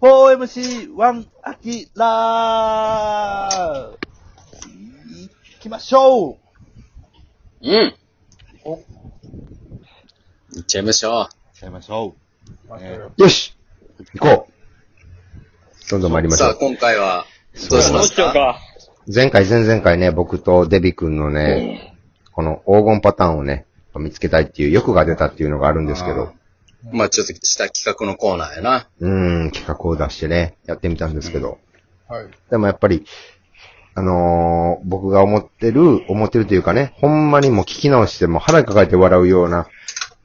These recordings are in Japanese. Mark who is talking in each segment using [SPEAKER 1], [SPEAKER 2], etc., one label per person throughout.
[SPEAKER 1] 4MC1 アキラー行きましょう
[SPEAKER 2] うん。
[SPEAKER 1] お
[SPEAKER 2] いっちゃいましょ
[SPEAKER 3] 行っちゃいましょう。えー
[SPEAKER 4] よし行こうどんどん参り
[SPEAKER 2] う。
[SPEAKER 4] ましょ
[SPEAKER 2] さあ、
[SPEAKER 4] う。
[SPEAKER 2] 今回は、どうしますか
[SPEAKER 4] 前回、前々回ね、僕とデビ君のね、この黄金パターンをね、見つけたいっていう欲が出たっていうのがあるんですけど、
[SPEAKER 2] まあちょっとした企画のコーナーやな。
[SPEAKER 4] うーん、企画を出してね、やってみたんですけど、
[SPEAKER 1] はい。
[SPEAKER 4] でもやっぱり、あのー僕が思ってる、思ってるというかね、ほんまにもう聞き直しても腹抱えて笑うような、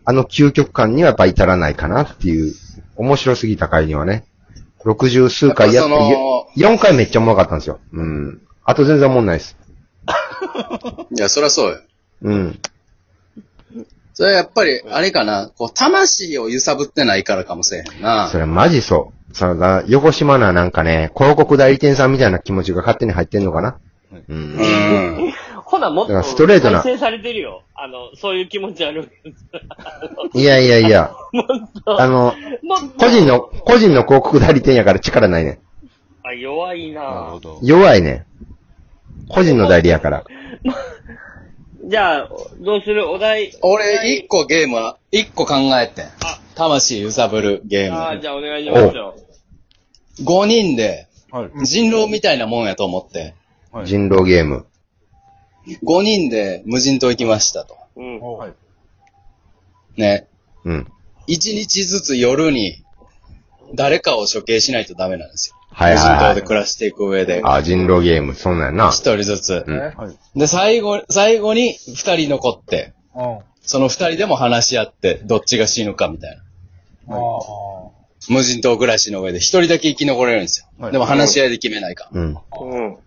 [SPEAKER 4] あの究極感にはやっぱ至らないかなっていう、面白すぎた回にはね、60数回やって、
[SPEAKER 2] やっぱそ
[SPEAKER 4] 4回めっちゃおもろかったんですよ。うん。あと全然おもんないです。
[SPEAKER 2] いや、そりゃそうよ。
[SPEAKER 4] うん。
[SPEAKER 2] それはやっぱり、あれかな、こう、魂を揺さぶってないからかもしれへんな
[SPEAKER 4] そ。れマジそう。そのだ、横島ななんかね、広告代理店さんみたいな気持ちが勝手に入ってんのかな。う。
[SPEAKER 2] うんん。
[SPEAKER 5] ほな、もっ
[SPEAKER 4] だから
[SPEAKER 5] と、
[SPEAKER 4] ストレートな
[SPEAKER 5] 改正されてるよ。あの、そういう気持ちある。
[SPEAKER 4] いやいやいや、
[SPEAKER 5] もっと、
[SPEAKER 4] あの、
[SPEAKER 5] もっと
[SPEAKER 4] 個人の、個人の広告代理店やから力ないねん。
[SPEAKER 5] あ、弱い
[SPEAKER 3] なる
[SPEAKER 5] な
[SPEAKER 3] ほど。
[SPEAKER 4] 弱いね。個人の代理やから。
[SPEAKER 5] じゃあ、どうするお題。お題
[SPEAKER 2] 俺、一個ゲームは、一個考えてん
[SPEAKER 5] あ。
[SPEAKER 2] 魂揺さぶるゲ
[SPEAKER 5] あ
[SPEAKER 2] ー
[SPEAKER 5] ーじ
[SPEAKER 2] ム。
[SPEAKER 5] ゃあお願いしますよ。
[SPEAKER 2] 5人で、
[SPEAKER 3] はい。
[SPEAKER 2] 人狼みたいなもんやと思って、
[SPEAKER 3] はい。
[SPEAKER 4] 人狼ゲーム。
[SPEAKER 2] 5人で無人島行きましたと。
[SPEAKER 5] うん。
[SPEAKER 3] はい。
[SPEAKER 2] ね。
[SPEAKER 4] うん。
[SPEAKER 2] 1日ずつ夜に、誰かを処刑しないとダメなんですよ。
[SPEAKER 4] はい
[SPEAKER 2] 無人島
[SPEAKER 4] はい
[SPEAKER 2] で
[SPEAKER 4] はい。
[SPEAKER 2] 暮らしていく上で。
[SPEAKER 4] あ、人狼ゲーム。そんなんやな
[SPEAKER 2] 一。人ずつ。
[SPEAKER 4] うん。
[SPEAKER 3] はい。
[SPEAKER 2] で、最後、最後に二人残って、
[SPEAKER 1] うん。
[SPEAKER 2] その二人でも話し合って、どっちが死ぬかみたいな。
[SPEAKER 1] ああ。
[SPEAKER 2] 無人島暮らしの上で一人だけ生き残れるんですよ。
[SPEAKER 3] はい
[SPEAKER 2] でも話し合いで決めないか。
[SPEAKER 4] うん。
[SPEAKER 5] うん。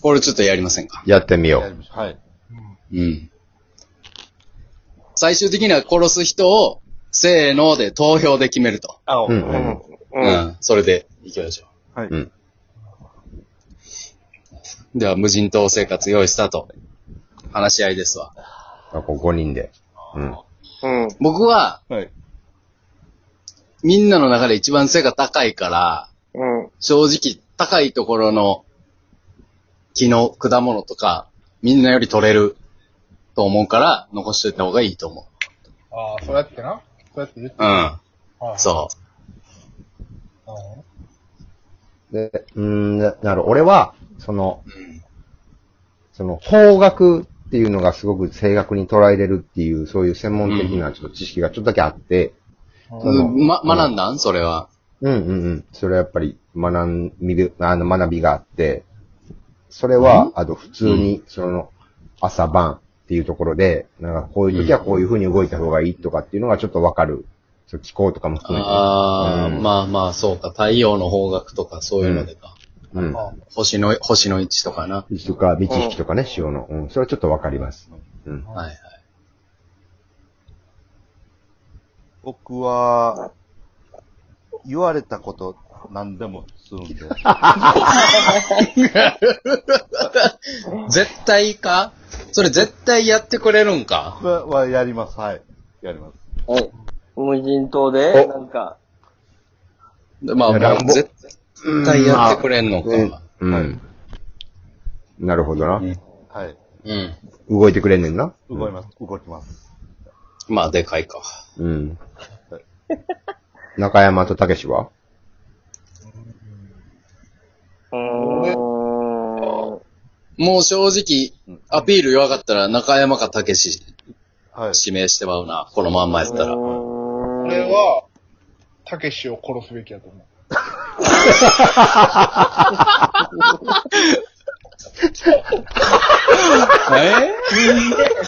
[SPEAKER 2] これちょっとやりませんか
[SPEAKER 4] やってみよ
[SPEAKER 3] やり
[SPEAKER 4] う。
[SPEAKER 3] ましょうはい。
[SPEAKER 2] うん。最終的には殺す人を、せーので投票で決めると。
[SPEAKER 5] あ、
[SPEAKER 4] うんうん
[SPEAKER 2] うん。それで、行きましょ
[SPEAKER 3] はい。
[SPEAKER 4] うん。
[SPEAKER 2] う。では、無人島生活用意スタート。話し合いですわ。
[SPEAKER 4] あ、こう5人で。うん。
[SPEAKER 5] うん。
[SPEAKER 2] 僕は、
[SPEAKER 3] はい。
[SPEAKER 2] みんなの中で一番背が高いから、
[SPEAKER 5] うん。
[SPEAKER 2] 正直、高いところの木の果物とか、みんなより取れると思うから、残しといた方がいいと思
[SPEAKER 1] ああ、そうやってな。そうやって言って
[SPEAKER 2] う。うん。そ
[SPEAKER 4] で、うーん、ななる。俺は、その
[SPEAKER 2] う。、うん。
[SPEAKER 4] その、方角っていうのがすごく正確に捉えれるっていう、そういう専門的なちょっと知識がちょっとだけあって、
[SPEAKER 1] うん
[SPEAKER 4] その
[SPEAKER 2] ま、学んだんそれは。
[SPEAKER 4] うんうんうん。それはやっぱり学ん、見る、あの、学びがあって、それは、あと普通に、その、朝晩っていうところで、なんかこういう時はこういう風に動いた方がいいとかっていうのがちょっとわかる。そう、気候とかも含めて。
[SPEAKER 2] ああ、
[SPEAKER 4] うん
[SPEAKER 2] まあまあ、そうか。太陽の方角とか、そういうのでか。
[SPEAKER 4] うん。
[SPEAKER 2] 星の、星の位置とかな。
[SPEAKER 4] 道とか、道引きとかね、潮の。うん。それはちょっとわかります。うん。
[SPEAKER 2] はいはい。
[SPEAKER 3] 僕は、言われたこと、何でもするん で。
[SPEAKER 2] 絶対かそれ絶対やってくれるんか
[SPEAKER 3] は、はやります。はい。やります。
[SPEAKER 5] 無人島で、
[SPEAKER 4] お
[SPEAKER 5] なんか、
[SPEAKER 2] でまあ、
[SPEAKER 4] いやラ
[SPEAKER 2] も
[SPEAKER 4] ン
[SPEAKER 2] う
[SPEAKER 4] ボ
[SPEAKER 2] 絶対やってくれんの
[SPEAKER 4] うん
[SPEAKER 2] か。
[SPEAKER 4] うん。なるほどな。
[SPEAKER 3] はい。
[SPEAKER 2] うん。
[SPEAKER 4] 動いてくれんねんな。
[SPEAKER 3] 動きます。動きます。
[SPEAKER 2] まあ、でかいか。
[SPEAKER 4] うん。中山と武は
[SPEAKER 5] うーん。
[SPEAKER 2] もう正直、アピール弱かったら中山か武志
[SPEAKER 3] はい。
[SPEAKER 2] 指名してまうな。このまんまやったら。
[SPEAKER 5] 俺
[SPEAKER 6] 俺、は、たけしを殺すべきやと思う。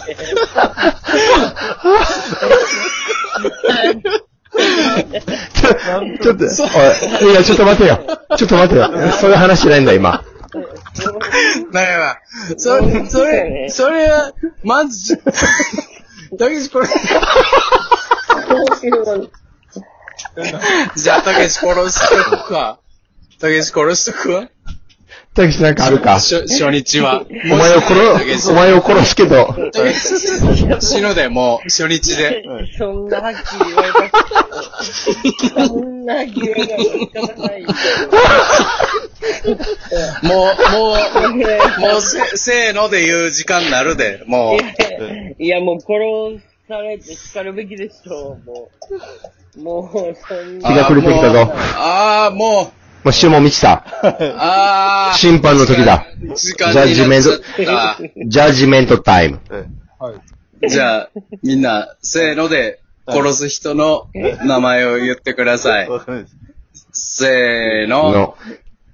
[SPEAKER 2] え
[SPEAKER 4] ちょっと、おい、いや、ちょっと待てよ。ちょっと待てよ。そういう話じゃないんだ、今。
[SPEAKER 2] だから、それ、それ、それは、ま ず、たけしこれ。じゃあ、たけし殺しとくわ。たけし殺しとくわ。
[SPEAKER 4] たけしなんかあるか。
[SPEAKER 2] 初初日 は。
[SPEAKER 4] お前を殺す、お前を殺すけど、
[SPEAKER 2] 死ぬで、もう、初日で。
[SPEAKER 5] そんなはっきり言われた。そんなはっきり言われたら仕方ないよ。
[SPEAKER 2] もう、 もう、もうせ、せーので言う時間になるで、もう。
[SPEAKER 5] いや、もう殺されて叱るべきでしょう、もう。もう、そんな。
[SPEAKER 4] 日が暮れてきたぞ
[SPEAKER 2] あーもう
[SPEAKER 4] もう注文満ちた。
[SPEAKER 2] あー、もう、あー。
[SPEAKER 4] 審判の時だ。
[SPEAKER 2] 時間になっちゃった。
[SPEAKER 4] ジャッジメントタイム。
[SPEAKER 2] じゃあ、みんな、せーので、殺す人の名前を言ってください。
[SPEAKER 3] わかんないです。
[SPEAKER 2] せーの。
[SPEAKER 4] の、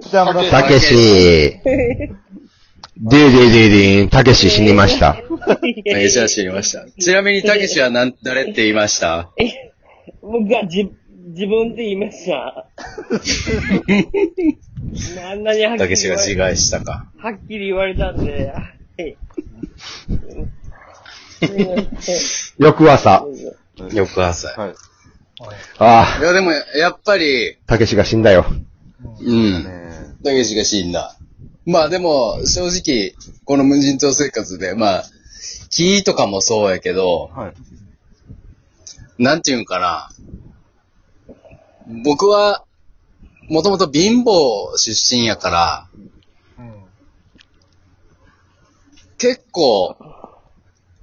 [SPEAKER 3] 北村さん
[SPEAKER 4] たけし。でーでーでーでーん、たけし死にました。
[SPEAKER 2] たけしは知りました。ちなみにたけしは何、誰って言いました
[SPEAKER 5] 僕がじ、自分で言いました。あんなにはっき
[SPEAKER 2] た
[SPEAKER 5] り
[SPEAKER 2] けし
[SPEAKER 5] 言
[SPEAKER 2] が
[SPEAKER 5] わ
[SPEAKER 2] 自
[SPEAKER 5] れ
[SPEAKER 2] 害したか。
[SPEAKER 5] はっきり言われたんで。はい。すいません
[SPEAKER 4] 翌朝。
[SPEAKER 2] 翌朝。
[SPEAKER 3] はい。
[SPEAKER 4] あ
[SPEAKER 2] いやでも、やっぱり、
[SPEAKER 4] あ、たけしが死んだよ。
[SPEAKER 2] うん。
[SPEAKER 3] ね
[SPEAKER 2] たけしが死んだ。まあでも、正直、この無人島生活で、まあ、木とかもそうやけど
[SPEAKER 3] え、はい。
[SPEAKER 2] なんていうんかな。僕は、もともと貧乏出身やから、結構、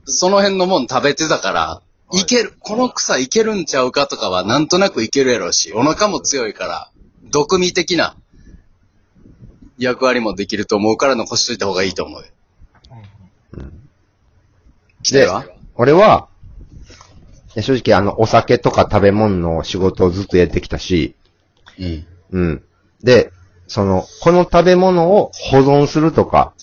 [SPEAKER 2] その辺のもん食べてたから、いける、この草いけるんちゃうかとかはなんとなくいけるやろうし、お腹も強いから、毒味的な役割もできると思うから残しといた方がいいと思うよ。来て
[SPEAKER 4] で
[SPEAKER 2] は、
[SPEAKER 4] 俺は、いや正直あの、お酒とか食べ物の仕事をずっとやってきたし、
[SPEAKER 2] うん。
[SPEAKER 4] うん。で、その、この食べ物を保存するとか、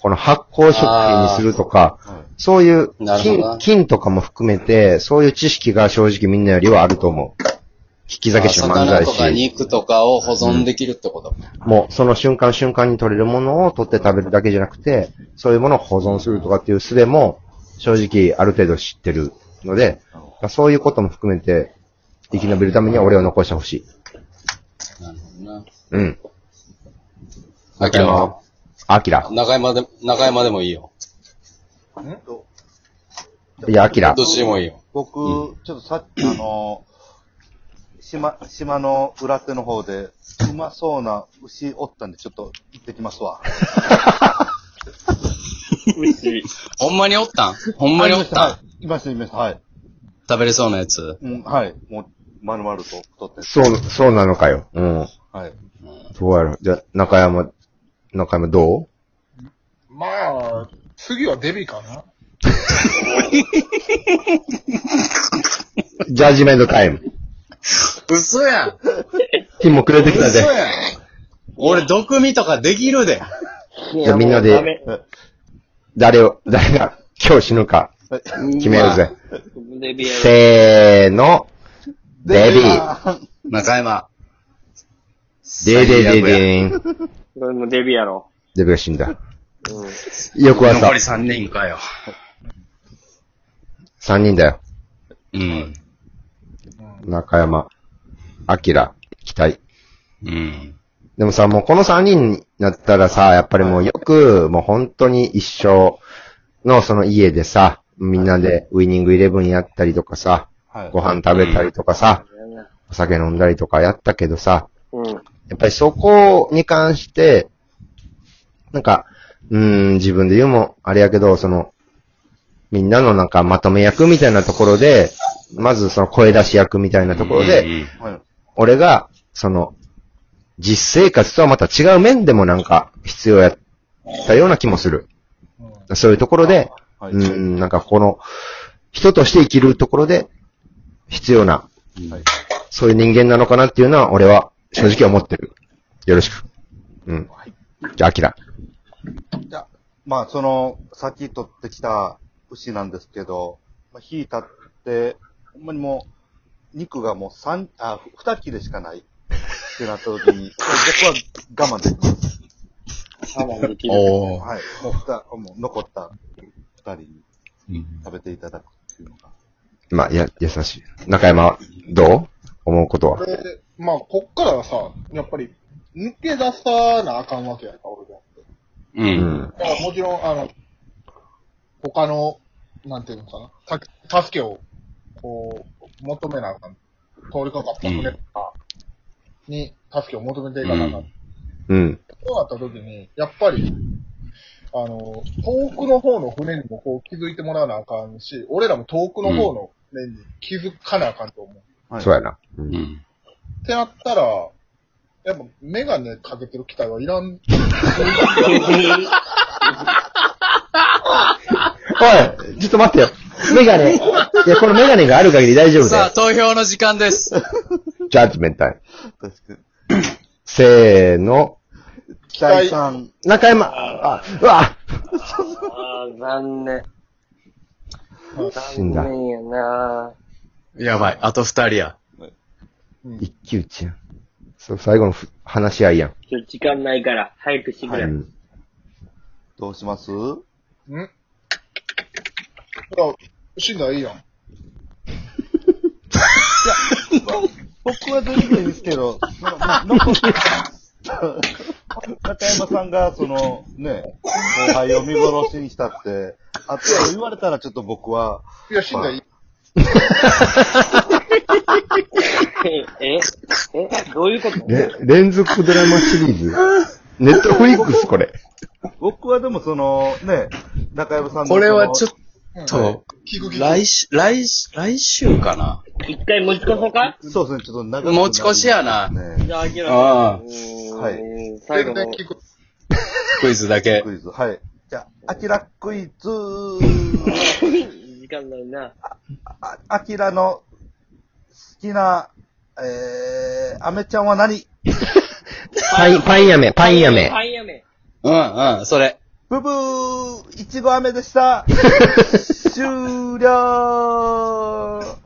[SPEAKER 4] この発酵食品にするとか
[SPEAKER 3] あーはい、
[SPEAKER 4] そういう
[SPEAKER 2] なるほどな
[SPEAKER 4] 菌、菌とかも含めて、そういう知識が正直みんなよりはあると思う。引き酒師漫
[SPEAKER 2] 魚
[SPEAKER 4] 才
[SPEAKER 2] とか
[SPEAKER 4] 師。
[SPEAKER 2] 肉とかを保存できるってこと。
[SPEAKER 4] もうその瞬間瞬間に取れるものを取って食べるだけじゃなくて、そういうものを保存するとかっていう術も、正直ある程度知ってるので、そういうことも含めて、生き延びるためには俺を残してほしい。
[SPEAKER 2] なるほどな。
[SPEAKER 4] うん。
[SPEAKER 2] あきらは
[SPEAKER 4] アキラ。
[SPEAKER 2] 中山で、中山でもいいよ。
[SPEAKER 4] いや、アキラ
[SPEAKER 2] ど。っちでもいいよ。
[SPEAKER 3] 僕、ちょっとさっき、あの、島、島の裏手の方で、うまそうな牛おったんで、ちょっと行ってきますわ。
[SPEAKER 2] ほんまにおったんほんまにおったん
[SPEAKER 3] いました、いました、はい。
[SPEAKER 2] 食べれそうなやつ。
[SPEAKER 3] うん、はい。もう、丸々と取って。
[SPEAKER 4] そう、そうなのかよ。うん。
[SPEAKER 3] はい。
[SPEAKER 4] どうやろ。じゃ、中山、中山ど
[SPEAKER 7] まあ、次はデビかな。
[SPEAKER 4] うジャージメントタイム。
[SPEAKER 2] 嘘やん
[SPEAKER 4] 金もくれてきた
[SPEAKER 2] 嘘
[SPEAKER 4] で。
[SPEAKER 2] やん俺、毒味とかできるで。
[SPEAKER 4] じゃあみんな
[SPEAKER 5] ダ
[SPEAKER 4] で、
[SPEAKER 5] メ
[SPEAKER 4] 誰を、誰が今日死ぬか決めようぜ。
[SPEAKER 5] デビュー
[SPEAKER 4] せーの。デビー。
[SPEAKER 2] まあ。中山。
[SPEAKER 4] デデ
[SPEAKER 2] 最
[SPEAKER 4] デデ
[SPEAKER 2] 悪や
[SPEAKER 4] ーン。
[SPEAKER 5] これもデビューやろ。
[SPEAKER 4] デビが死んだ。翌朝
[SPEAKER 2] 残り、3人かよ。
[SPEAKER 4] 3人だよ。
[SPEAKER 2] うん。
[SPEAKER 4] 中山、アキラ、期待。
[SPEAKER 2] うん。
[SPEAKER 4] でもさ、もうこの3人になったらさ、やっぱりもうよく、もう本当に一生のその家でさ、みんなでウィニングイレブンやったりとかさ、
[SPEAKER 3] はい。
[SPEAKER 4] ご飯食べたりとかさ、お酒飲んだりとかやったけどさ、やっぱりそこに関して、なんか、うーん、自分で言うもあれやけど、その、みんなのなんかまとめ役みたいなところで、まずその声出し役みたいなところで、
[SPEAKER 2] うん
[SPEAKER 3] はい。
[SPEAKER 4] 俺が、その、実生活とはまた違う面でもなんか必要やったような気もする。そういうところで、
[SPEAKER 3] はい。
[SPEAKER 4] うん、なんかこの、人として生きるところで必要な、そういう人間なのかなっていうのは俺は正直思ってる。よろしく。うん。じゃあ、アキラ。
[SPEAKER 3] じゃあまあ、その、さっき取ってきた牛なんですけど、まあ、火立って、ほんまにもう、肉がもう三、あ、二切れしかないってなった時に、 僕は我慢できます。はい。もう
[SPEAKER 2] おー
[SPEAKER 3] 二、もう残った二人に食べていただくっていうのが。
[SPEAKER 4] まあ、や、優しい。中山は、どう思うことは。
[SPEAKER 7] で、まあ、こっからはさ、やっぱり、抜け出さなあかんわけやんか、俺が。
[SPEAKER 2] う。
[SPEAKER 4] うんん。
[SPEAKER 6] だからもちろん、あの、他の、なんていうのかな、た助けを、こう、求めなあかん。通りかかった船とかに助けを求めていかなあかん。
[SPEAKER 4] うん。
[SPEAKER 6] そうなった時に、やっぱり、あの、遠くの方の船にもこう気づいてもらわなあかんし、俺らも遠くの方の船に気づかなあかんと思う。
[SPEAKER 3] はい
[SPEAKER 4] そうやな。うん
[SPEAKER 2] うん。
[SPEAKER 6] ってなったら、やっぱメガネかけてる機体はいらん。
[SPEAKER 4] おいちょっと待ってよ。メガネ。いや、このメガネがある限り大丈夫だ
[SPEAKER 2] さあ、
[SPEAKER 4] よ。
[SPEAKER 2] 投票の時間です。
[SPEAKER 4] ジャッジメンタイム。
[SPEAKER 3] 確かに。
[SPEAKER 4] せーの。
[SPEAKER 3] 期待さん、
[SPEAKER 4] 中山、あ、うわ
[SPEAKER 5] あー、残念。
[SPEAKER 4] 死ん
[SPEAKER 5] 残
[SPEAKER 4] だ。
[SPEAKER 5] 念やな
[SPEAKER 2] やばい、あと二人や。
[SPEAKER 4] 一騎打ちやん。そう、最後のふ話し合いやん。
[SPEAKER 5] ちょ、時間ないから、早くしてくれ。
[SPEAKER 4] うん。
[SPEAKER 3] どうします
[SPEAKER 6] んあ、死んだらいいやん。
[SPEAKER 3] 僕は全然いいですけど、そのまあ残った中山さんが、その、ね、後輩を見殺しにしたって、あと言われたらちょっと僕は、
[SPEAKER 6] いや、死んだらいい。
[SPEAKER 5] え、え、どういうこと
[SPEAKER 4] れ連続ドラマシリーズ。 ネットフリックスこれ。
[SPEAKER 3] 僕はでもその、ね、中山さんの
[SPEAKER 2] これはちょ
[SPEAKER 3] っ
[SPEAKER 2] っと、来週、来週、来週かな。
[SPEAKER 5] 一回持ち越そうか
[SPEAKER 3] と、そうですね、ちょっと長くなり
[SPEAKER 2] 持ち越しやな
[SPEAKER 3] ね
[SPEAKER 5] じゃあ、アキラ
[SPEAKER 2] ああ
[SPEAKER 5] さん。
[SPEAKER 3] は
[SPEAKER 5] はいい。最
[SPEAKER 6] 全
[SPEAKER 5] 後
[SPEAKER 6] 然
[SPEAKER 5] の、
[SPEAKER 6] 聞く。
[SPEAKER 2] クイズだけ。
[SPEAKER 3] クイズ。はい。じゃあ、アキラクイズ。
[SPEAKER 5] 時間ないな。
[SPEAKER 3] あアキラの好きな、えー、アメちゃんは何
[SPEAKER 4] パイン、パインやめ、パインやめ。
[SPEAKER 5] パイやめ。
[SPEAKER 2] うんうん、それ。
[SPEAKER 3] ブブーいちご飴でした終了